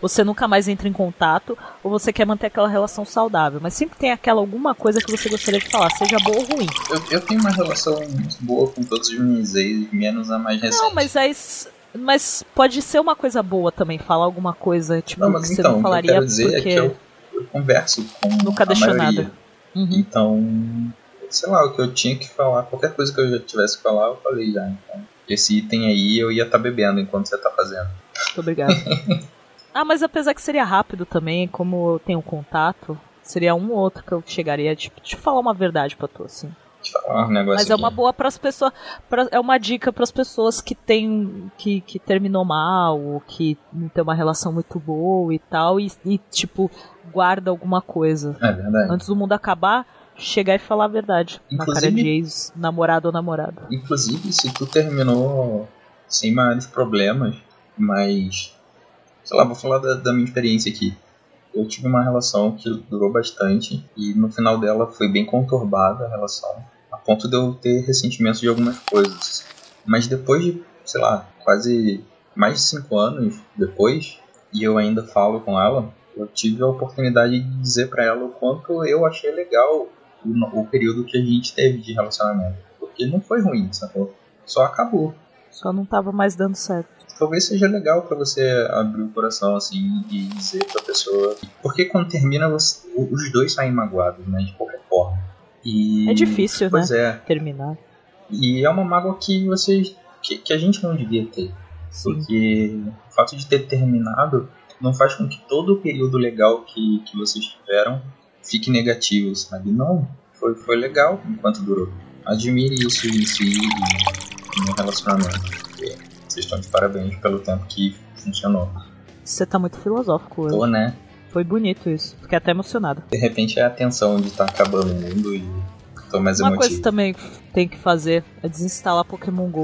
D: você nunca mais entra em contato, ou você quer manter aquela relação saudável. Mas sempre tem aquela alguma coisa que você gostaria de falar, seja boa ou ruim.
C: Eu, eu tenho uma relação boa com todos os meus ex, menos a mais recente.
D: Não, mas aí. s- Mas pode ser uma coisa boa também, falar alguma coisa, tipo,
C: Não, mas
D: que você
C: então,
D: não
C: o que
D: falaria
C: eu quero dizer
D: porque.
C: é que eu, eu converso com
D: Nunca
C: a
D: deixou
C: maioria.
D: nada. Uhum.
C: Então, sei lá, o que eu tinha que falar, qualquer coisa que eu já tivesse que falar, eu falei já. Então, esse item aí eu ia estar bebendo enquanto você tá fazendo.
D: Muito obrigado. ah, mas apesar que seria rápido também, como eu tenho contato, seria um ou outro que eu chegaria, tipo, deixa eu falar uma verdade pra tu, assim.
C: Te falar um negócio
D: Mas é
C: aqui.
D: uma boa para as pessoas, pra- é uma dica para as pessoas que tem que, que terminou mal ou que não tem uma relação muito boa e tal e, e, tipo guarda alguma coisa
C: É verdade.
D: antes do mundo acabar, chegar e falar a verdade na cara
C: Inclusive-
D: de ex, namorado ou namorada.
C: Inclusive, se tu terminou sem maiores problemas, mas. Sei lá, vou falar da, da minha experiência aqui. Eu tive uma relação que durou bastante e no final dela foi bem conturbada a relação, a ponto de eu ter ressentimento de algumas coisas. Mas depois de, sei lá, quase mais de 5 anos depois, e eu ainda falo com ela, eu tive a oportunidade de dizer pra ela o quanto eu achei legal o, no- o período que a gente teve de relacionamento. Porque não foi ruim, sacou? Só acabou.
D: Só não tava mais dando certo.
C: Talvez seja legal pra você abrir o coração assim e dizer pra pessoa. Porque quando termina, você- o- os dois saem magoados, né? De qualquer forma. E-
D: É difícil,
C: Pois é.
D: Terminar.
C: E é uma mágoa que vocês. que, que a gente não devia ter.
D: Sim.
C: Porque o fato de ter terminado não faz com que todo o período legal que, que vocês tiveram fique negativo, sabe? Não, foi, foi legal enquanto durou. Admire isso em si e no relacionamento. porque Vocês estão de parabéns pelo tempo que funcionou.
D: Você tá muito filosófico hoje.
C: Ou, né?
D: Foi bonito isso. Fiquei até emocionada.
C: De repente é a tensão de estar acabando o mundo e tô mais
D: Uma coisa
C: emotivo.
D: também que tem que fazer é desinstalar Pokémon GO.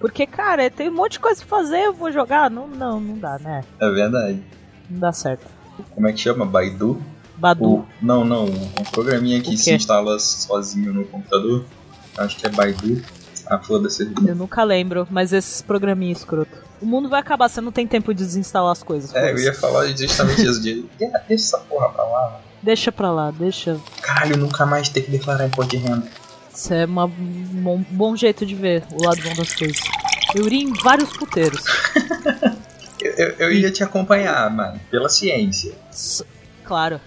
D: Porque, cara, tem um monte de coisa pra fazer, eu vou jogar. Não, não, não dá, né?
C: É verdade.
D: Não dá certo.
C: Como é que chama? Baidu?
D: Badu.
C: O- não, não. Um programinha que
D: O
C: se
D: quê?
C: instala sozinho no computador. Acho que é Baidu. Ah, foda-se.
D: Eu nunca lembro, mas esses programinhos escroto. O mundo vai acabar, você não tem tempo de desinstalar as coisas.
C: É, eu
D: foda-se.
C: ia falar justamente isso. De, "Yeah, deixa essa porra pra lá. mano.
D: Deixa pra lá, deixa.
C: Caralho, nunca mais ter que declarar imposto de renda.
D: Isso é uma- um bom, bom jeito de ver o lado bom das coisas. Eu iria em vários puteiros.
C: Eu, eu, eu ia te acompanhar, mano. Pela ciência.
D: S- Claro.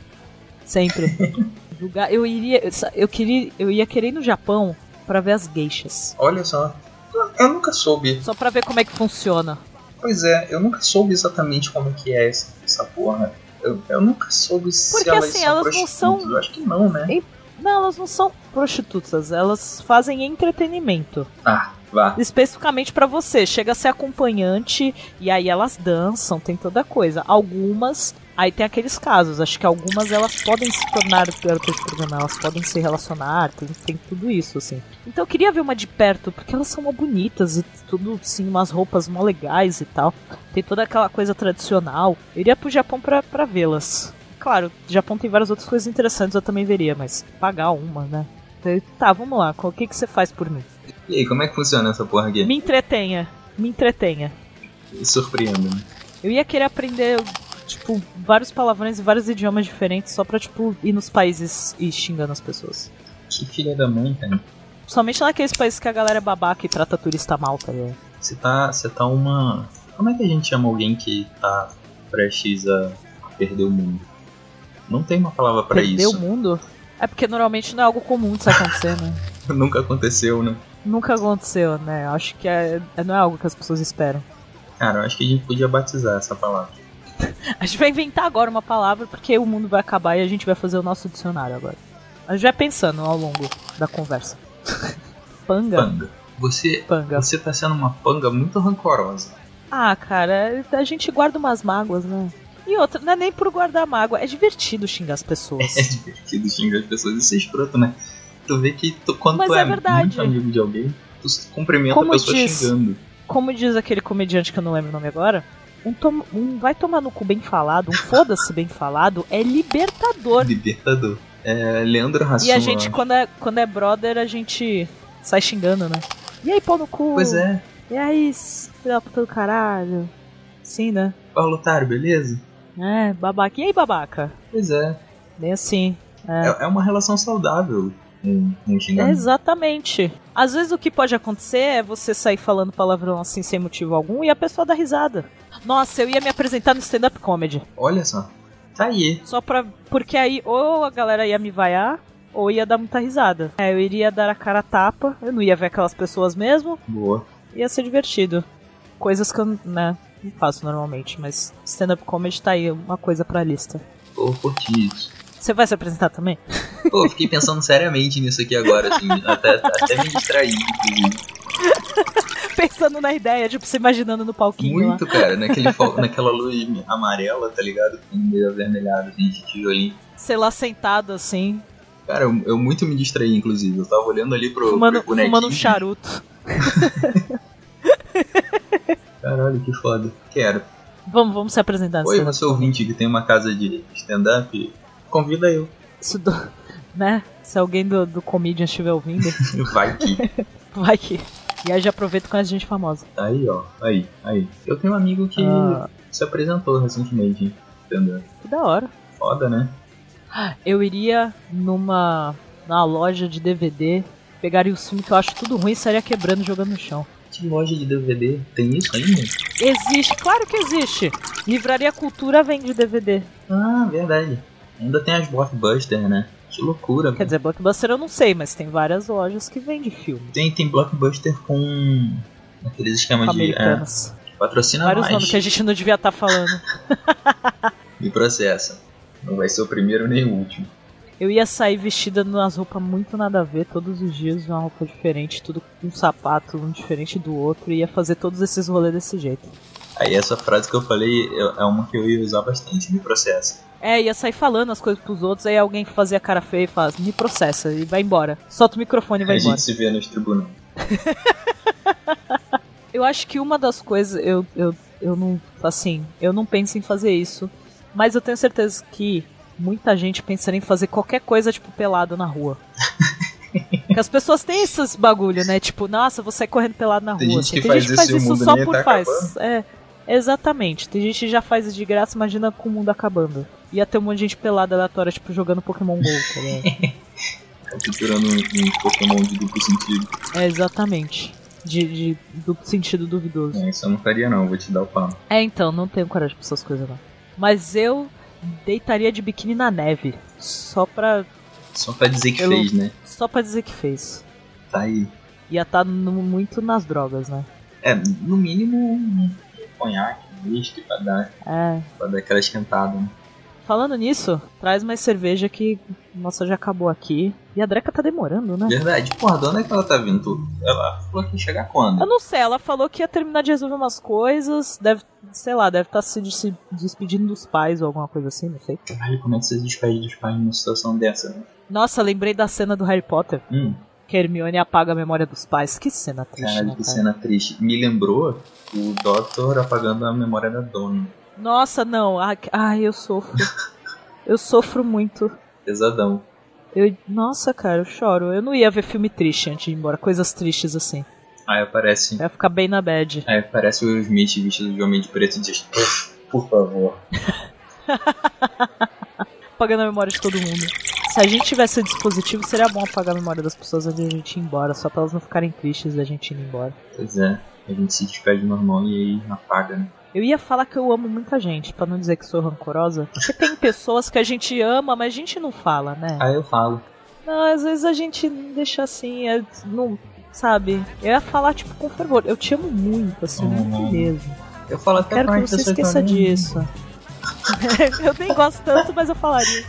D: Sempre. Lugar- eu iria. Eu queria. Eu ia querer ir no Japão pra ver as geixas.
C: Olha só. Eu- Eu nunca soube.
D: Só pra ver como é que funciona.
C: Pois é, eu nunca soube exatamente como é que é essa, essa porra. Eu, eu nunca soube se
D: Porque,
C: elas
D: assim,
C: são
D: elas não são-
C: prostitutas. Eu acho que não, né?
D: Não, elas não são prostitutas, elas fazem entretenimento.
C: Ah, vá.
D: Especificamente pra você. Chega a ser acompanhante e aí elas dançam, tem toda coisa. Algumas. Aí tem aqueles casos, acho que algumas elas podem se tornar garotas de programa, elas podem se relacionar, tem, tem tudo isso, assim. Então eu queria ver uma de perto, porque elas são mó bonitas e tudo, assim, umas roupas mó legais e tal. Tem toda aquela coisa tradicional. Eu iria pro Japão pra, pra vê-las. Claro, o Japão tem várias outras coisas interessantes, eu também veria, mas pagar uma, né? Então, Tá, vamos lá, qual- o que, que você faz por mim?
C: E aí, como é que funciona essa porra aqui?
D: Me entretenha, me entretenha.
C: Surpreenda, né?
D: Eu ia querer aprender, tipo, vários palavrões e vários idiomas diferentes só pra, tipo, ir nos países e ir xingando as pessoas.
C: Que filha da mãe, cara.
D: Somente naqueles países que a galera é babaca e trata turista mal, tá ligado?
C: Você tá, você tá uma. Como é que a gente chama alguém que tá prestes a perder o mundo? Não tem uma palavra pra
D: Perder o
C: isso.
D: mundo? É porque normalmente não é algo comum disso acontecer, né?
C: Nunca aconteceu, né?
D: Nunca aconteceu, né? Eu Acho que é, é- não é algo que as pessoas esperam.
C: Cara, eu acho que a gente podia batizar essa palavra.
D: A gente vai inventar agora uma palavra porque o mundo vai acabar e a gente vai fazer o nosso dicionário agora. A gente vai pensando ao longo da conversa. Panga?
C: Panga. Você,
D: Panga.
C: você tá sendo uma panga muito rancorosa.
D: Ah, cara, a gente guarda umas mágoas, né? E outra, não é nem por guardar mágoa, é divertido xingar as pessoas.
C: É divertido xingar as pessoas e ser escroto, né? Tu vê que tu, quando
D: Mas
C: tu
D: é
C: é,
D: verdade.
C: muito amigo de alguém, tu cumprimenta
D: Como
C: a pessoa
D: diz-
C: xingando.
D: Como diz aquele comediante que eu não lembro o nome agora, um, tom- um vai tomar no cu bem falado, um foda-se bem falado, é libertador.
C: Libertador. É, Leandro Hassum.
D: E a
C: eu
D: gente,
C: acho.
D: quando é, quando é brother, a gente sai xingando, né? E aí, pau no cu?
C: Pois é.
D: E aí, s- filha da puta do caralho? Sim, né?
C: Fala, otário, beleza?
D: É, babaca. E aí, babaca?
C: Pois é.
D: Bem assim. É.
C: É, é uma relação saudável. Um, um
D: É,
C: xingamento.
D: Exatamente. Às vezes o que pode acontecer é você sair falando palavrão assim sem motivo algum e a pessoa dá risada. Nossa, eu ia me apresentar no stand-up comedy.
C: Olha só. Tá aí.
D: Só pra. Porque aí ou a galera ia me vaiar, ou ia dar muita risada. É, eu iria dar a cara a tapa, eu não ia ver aquelas pessoas mesmo,
C: Boa.
D: ia ser divertido. Coisas que eu, né, não faço normalmente, mas stand-up comedy tá aí, uma coisa pra lista.
C: Pô, curti isso.
D: Você vai se apresentar também?
C: Pô, fiquei pensando seriamente nisso aqui agora, assim. Até, até me distraí, inclusive.
D: Pensando na ideia, tipo, se imaginando no palquinho lá.
C: Muito, cara. Naquele, fo- naquela luz amarela, tá ligado? Com meio avermelhado, assim, de tijolinho.
D: Sei lá, sentado assim,
C: Cara, eu, eu muito me distraí, inclusive. Eu tava olhando ali pro,
D: fumando,
C: pro bonequinho.
D: fumando um charuto.
C: Caralho, que foda. Quero.
D: Vamos, vamos se apresentar.
C: Oi,
D: nessa-
C: você é ouvinte que tem uma casa de stand-up, convida eu.
D: isso do, né? Se alguém do, do Comedian estiver ouvindo,
C: Vai que.
D: vai que. E aí já aproveita com a gente famosa.
C: Tá Aí, ó. Aí, aí. Eu tenho um amigo que
D: Ah.
C: se apresentou recentemente, hein? entendeu?
D: Que da hora.
C: Foda, né?
D: Eu iria numa, numa loja de DVD, pegaria os filmes que eu acho tudo ruim e sairia quebrando e jogando no chão.
C: Que loja de DVD tem isso ainda?
D: Existe, claro que existe. Livraria Cultura vende DVD.
C: Ah, verdade. Ainda tem as blockbuster, né? Que loucura.
D: Quer dizer, Blockbuster eu não sei, mas tem várias lojas que vendem filme.
C: Tem, tem blockbuster com aqueles esquemas de. É,
D: Americanas.
C: patrocina
D: Vários
C: mais.
D: nomes que a gente não devia estar falando.
C: Me processa. Não vai ser o primeiro nem o último.
D: Eu ia sair vestida numas roupas muito nada a ver, todos os dias uma roupa diferente, tudo com um sapato um diferente do outro, e ia fazer todos esses rolês desse jeito.
C: Aí essa frase que eu falei é é uma que eu ia usar bastante. Me processa.
D: É, ia sair falando as coisas pros outros, aí alguém fazia cara feia e faz, me processa, e vai embora. Solta o microfone e vai
C: É, a
D: embora.
C: gente se vê nos tribunais.
D: Eu acho que uma das coisas, eu, eu, eu não, assim, eu não penso em fazer isso, mas eu tenho certeza que muita gente pensaria em fazer qualquer coisa, tipo, pelado na rua. Porque as pessoas têm esses bagulho, né? Tipo, nossa, eu vou sair correndo pelado na
C: Tem
D: rua.
C: gente
D: assim.
C: que faz isso e o mundo
D: só
C: nem
D: por
C: tá
D: faz. É, exatamente. Tem gente que já faz isso de graça, imagina com o mundo acabando. Ia ter um monte de gente pelada aleatória, tipo, jogando Pokémon GO, tá ligado?
C: capturando um, um Pokémon de duplo sentido.
D: É, exatamente. De, de duplo sentido duvidoso.
C: É, isso eu não faria não, vou te dar o pano.
D: É, então, não tenho coragem pra essas coisas não. Mas eu deitaria de biquíni na neve. Só pra,
C: Só pra dizer que
D: Eu-
C: fez, né?
D: só pra dizer que fez.
C: Tá aí.
D: Ia estar muito nas drogas, né?
C: É, no mínimo um conhaque, um whisky pra dar,
D: É.
C: pra dar aquela esquentada. Né?
D: Falando nisso, traz mais cerveja que. Nossa, já acabou aqui. E a Dreca tá demorando, né?
C: Verdade, porra, de onde é que ela tá vindo? Tu- Ela falou que ia chegar
D: Eu
C: quando?
D: não sei, ela falou que ia terminar de resolver umas coisas. Deve, sei lá, deve estar se, des- se despedindo dos pais ou alguma coisa assim, não sei.
C: Caralho, como é que você se despede dos pais numa situação dessa? Né?
D: Nossa, lembrei da cena do Harry Potter.
C: Hum,
D: Que a Hermione apaga a memória dos pais. Que cena triste, né,
C: caralho, que
D: cara?
C: cena triste. Me lembrou o Doctor apagando a memória da dona.
D: Nossa, não. Ai, que- ai, eu sofro. Eu sofro muito.
C: Pesadão.
D: Eu, nossa, cara, eu choro. Eu não ia ver filme triste antes de ir embora. Coisas tristes assim.
C: Aí aparece
D: Eu ia ficar bem na bad.
C: Aí aparece o Will Smith vestido de homem de preto e diz: Por favor.
D: Apagando a memória de todo mundo. Se a gente tivesse dispositivo, seria bom apagar a memória das pessoas antes de a gente ir embora. Só pra elas não ficarem tristes da gente ir embora.
C: Pois é, a gente se despede normal e aí apaga, né?
D: Eu ia falar que eu amo muita gente, pra não dizer que sou rancorosa. Porque tem pessoas que a gente ama, mas a gente não fala, né?
C: Aí eu falo.
D: Não, às vezes a gente deixa assim, é, não, sabe? Eu ia falar, tipo, com fervor. Eu te amo muito, assim,
C: Uhum.
D: muito mesmo.
C: Eu falo até
D: Quero
C: pra
D: que
C: onde
D: você
C: você tá
D: esqueça
C: indo.
D: disso. eu nem gosto tanto, mas eu falaria.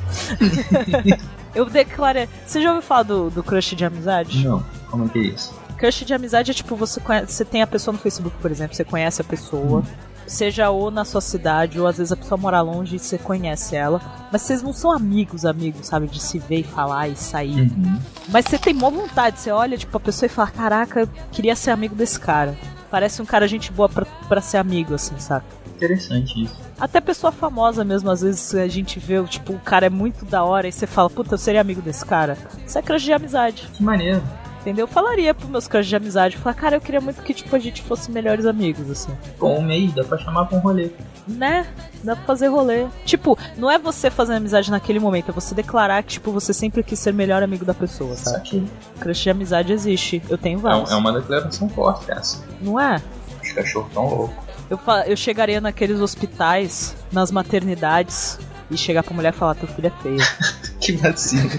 D: eu declarei. Você já ouviu falar do, do crush de amizade?
C: Não, como é que é isso?
D: Crush de amizade é tipo, você, conhece- você tem a pessoa no Facebook, por exemplo, você conhece a pessoa. Seja ou na sua cidade, ou às vezes a pessoa mora longe e você conhece ela. Mas vocês não são amigos, amigos, sabe? De se ver e falar e sair.
C: Uhum.
D: Mas você tem mó vontade, você olha tipo a pessoa e fala: Caraca, eu queria ser amigo desse cara. Parece um cara gente boa pra, pra ser amigo, assim, sabe?
C: Interessante isso.
D: Até pessoa famosa mesmo, às vezes a gente vê, tipo, o cara é muito da hora e você fala, puta, eu seria amigo desse cara. Isso é crush de amizade.
C: Que maneiro.
D: entendeu? Eu falaria pros meus caras de amizade, falar, cara, eu queria muito que tipo, a gente fosse melhores amigos, assim.
C: Com um mês dá pra chamar pra um rolê.
D: Né? Dá pra fazer rolê. Tipo, não é você fazer amizade naquele momento, é você declarar que, tipo, você sempre quis ser melhor amigo da pessoa,
C: Isso
D: sabe?
C: aqui.
D: Crush de amizade existe. Eu tenho
C: É, um-
D: vários.
C: é uma declaração forte essa.
D: Não é?
C: Os cachorros tão loucos.
D: Eu, fa- eu chegaria naqueles hospitais, nas maternidades, e chegar pra mulher e falar, teu filho é feio.
C: Que vacina.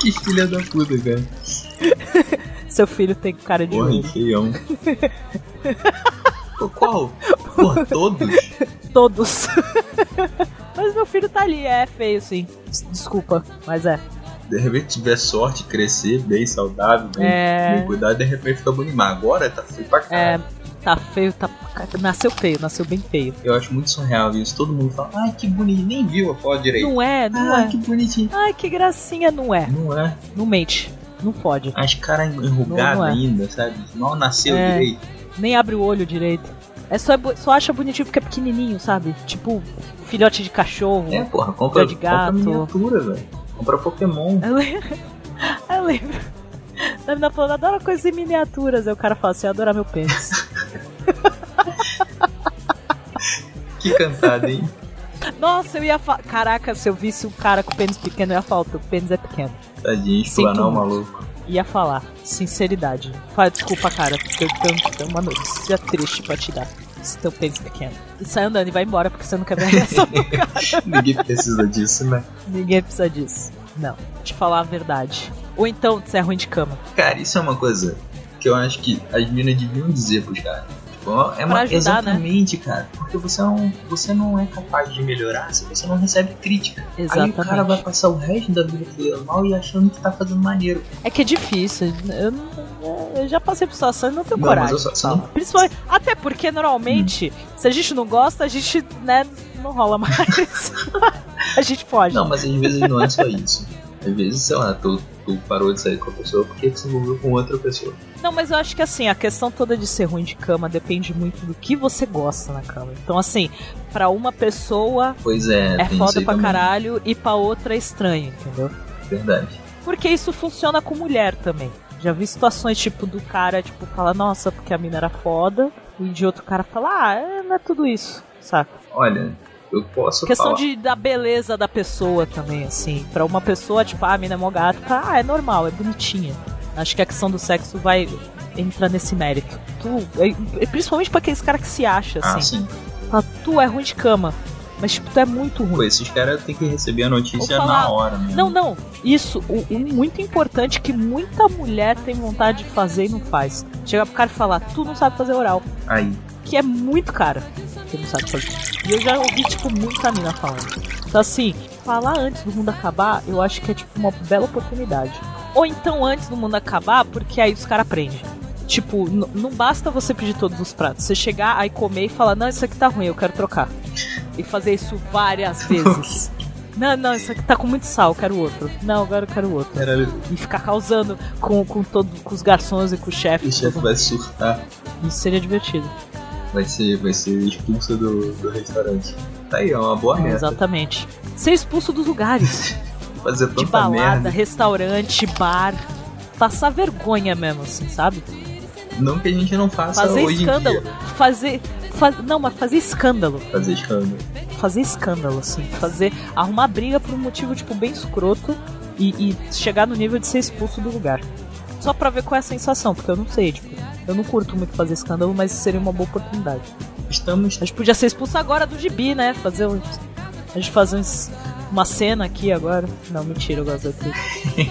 C: que filha da puta, cara.
D: Seu filho tem cara de
C: Porra,
D: ouro.
C: que feião. Pô, Qual? Por todos?
D: Todos. mas meu filho tá ali, é feio sim. Des- Desculpa, mas é.
C: De repente tiver sorte, crescer bem, saudável, bem,
D: É.
C: bem cuidado, de repente fica bonito. Mas agora tá feio pra
D: É.
C: caralho.
D: Tá feio, tá. Nasceu feio, nasceu bem feio.
C: Eu acho muito surreal isso. Todo mundo fala, ai que bonito, nem viu a foto direito.
D: Não é, não
C: ah,
D: é.
C: que bonitinho.
D: Ai, que gracinha, não é.
C: Não é.
D: Não mente. Não pode.
C: As caras enrugadas
D: Não, não é.
C: ainda, sabe? Mal nasceu
D: É.
C: direito.
D: Nem abre o olho direito. É só, é bo- só acha bonitinho porque é pequenininho, sabe? Tipo, filhote de cachorro.
C: É, porra, compra,
D: Tá de
C: compra
D: gato.
C: miniatura, velho. Compra Pokémon.
D: Eu lembro. Eu lembro. A menina falando, adoro coisas em miniaturas. Aí o cara fala assim, eu adorar meu pênis.
C: Que cantada, hein?
D: Nossa, eu ia falar. Caraca, se eu visse um cara com pênis pequeno, eu ia falar, o teu pênis é pequeno.
C: Tadinho,
D: Sinto
C: explanar o
D: muito.
C: maluco.
D: Ia falar, sinceridade. Fala, desculpa, cara, porque eu tenho, tenho uma notícia triste pra te dar. Esse teu pênis é pequeno. E sai andando e vai embora, porque você não quer ver a reação do cara.
C: Ninguém precisa disso, né?
D: Ninguém precisa disso. Não, te falar a verdade. Ou então, você é ruim de cama.
C: Cara, isso é uma coisa que eu acho que as minas deviam dizer pros caras. Tipo, é uma,
D: Pra ajudar, né?
C: exatamente, cara. Porque você não, você não é capaz de melhorar se você não recebe crítica. Aí o cara vai passar o resto da vida dele mal e achando que tá fazendo maneiro.
D: É que é difícil. Eu, não- eu já passei por situação e não tenho
C: Não, mas
D: coragem.
C: eu só-
D: de
C: só não-
D: falar. Principalmente, até porque normalmente, se a gente não gosta, a gente, né, não rola mais. a gente pode.
C: Não, mas às vezes não é só isso. Às vezes, sei lá, tu, tu parou de sair com a pessoa porque se envolveu com outra pessoa.
D: Não, mas eu acho que assim, a questão toda de ser ruim de cama depende muito do que você gosta na cama. Então, assim, pra uma pessoa
C: Pois é,
D: é
C: tem isso
D: foda
C: aí
D: pra
C: também,
D: caralho e pra outra é estranho, entendeu?
C: Verdade.
D: Porque isso funciona com mulher também. Já vi situações, tipo, do cara, tipo, falar, nossa, porque a mina era foda, e de outro cara falar, ah, é, não é tudo isso, saca?
C: Olha, eu posso
D: Questão
C: falar.
D: de, da beleza da pessoa também, assim. Pra uma pessoa, tipo, ah, a mina é mó gata, ah, é normal, é bonitinha. Acho que a questão do sexo vai entrar nesse mérito. Tu, é- é principalmente pra aqueles caras que se acham,
C: Ah,
D: assim.
C: sim.
D: Fala, tu é ruim de cama, mas, tipo, tu é muito ruim.
C: Pô, esses caras têm que receber a notícia
D: Vou falar-
C: na hora, né?
D: Não, não. Isso, o, o muito importante que muita mulher tem vontade de fazer e não faz. Chegar pro cara e falar, tu não sabe fazer oral.
C: Aí.
D: Que é muito cara que não sabe fazer. E eu já ouvi, tipo, muita mina falando. Então, assim, falar antes do mundo acabar, eu acho que é, tipo, uma bela oportunidade. Ou então antes do mundo acabar, porque aí os caras aprendem. Tipo, n- não basta você pedir todos os pratos. Você chegar, aí comer e falar, não, isso aqui tá ruim, eu quero trocar. E fazer isso várias vezes. Não, não, isso aqui tá com muito sal, eu quero outro. Não, agora eu quero outro.
C: Caralho,
D: E ficar causando com, com, todo, com os garçons e com o chefe.
C: o chefe é vai surtar.
D: Isso seria divertido.
C: Vai ser, vai ser expulso do, do restaurante. Tá aí, é uma boa
D: Ah,
C: meta.
D: Exatamente. Ser expulso dos lugares.
C: Fazer
D: de
C: tanta
D: balada,
C: merda.
D: restaurante, bar. Passar vergonha mesmo, assim, sabe?
C: Não que a gente não faça
D: Fazer
C: hoje
D: escândalo.
C: em dia.
D: Fazer. faz- não, mas fazer escândalo.
C: Fazer escândalo.
D: Fazer escândalo, assim. Fazer. Arrumar briga por um motivo, tipo, bem escroto e, e chegar no nível de ser expulso do lugar. Só pra ver qual é a sensação, porque eu não sei, tipo, eu não curto muito fazer escândalo, mas seria uma boa oportunidade.
C: Estamos
D: A gente podia ser expulso agora do gibi, né? Fazer um. A gente fazer uns- uma cena aqui agora. Não, mentira, eu gosto daqui.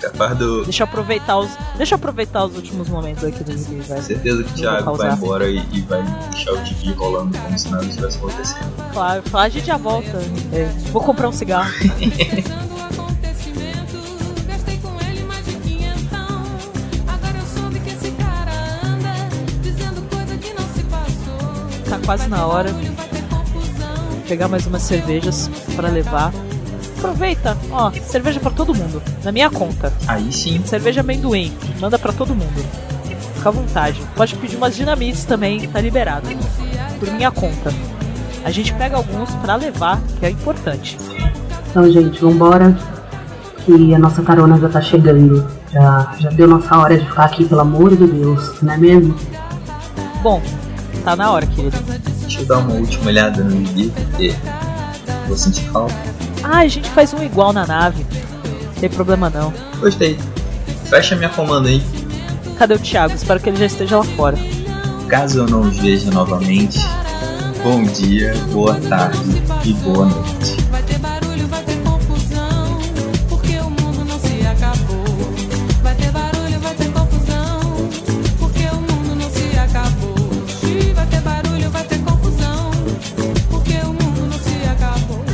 C: capaz do.
D: Deixa eu aproveitar os. Deixa eu aproveitar os últimos momentos aqui do gibi, vai.
C: Certeza que o
D: Não
C: Thiago
D: vou
C: vai
D: causar.
C: embora e, e vai deixar o Tibi rolando como se nada estivesse acontecendo.
D: Claro, claro, a gente já volta. É, vou comprar um cigarro.
F: Pensando o acontecimento, gastei com ele mais de quinhentão. Agora eu soube que esse cara anda dizendo coisa que não se passou.
D: Tá quase na hora.
F: Vai ter confusão.
D: Pegar mais umas cervejas pra levar. Aproveita, ó, cerveja pra todo mundo. Na minha conta.
C: Aí sim,
D: Cerveja amendoim, manda pra todo mundo. Fica à vontade. Pode pedir umas dinamites também, tá liberado. Por minha conta. A gente pega alguns pra levar, que é importante.
G: Então, gente, vambora. Que que a nossa carona já tá chegando. Já, já deu nossa hora de ficar aqui, pelo amor de Deus, não é mesmo?
D: Bom, tá na hora, querido.
C: Deixa eu dar uma última olhada no guia, porque vou sentir falta.
D: Ah, a gente faz um igual na nave. Não tem problema não.
C: Gostei. Fecha minha comanda aí.
D: Cadê o Thiago? Espero que ele já esteja lá fora.
C: Caso eu não os veja novamente, bom dia, boa tarde e boa noite.
F: Vai ter barulho, vai ter confusão, porque o mundo não se acabou. Vai ter barulho, vai ter confusão, porque o mundo não se acabou. Xiii, Vai ter barulho, vai ter confusão, porque o mundo não se acabou.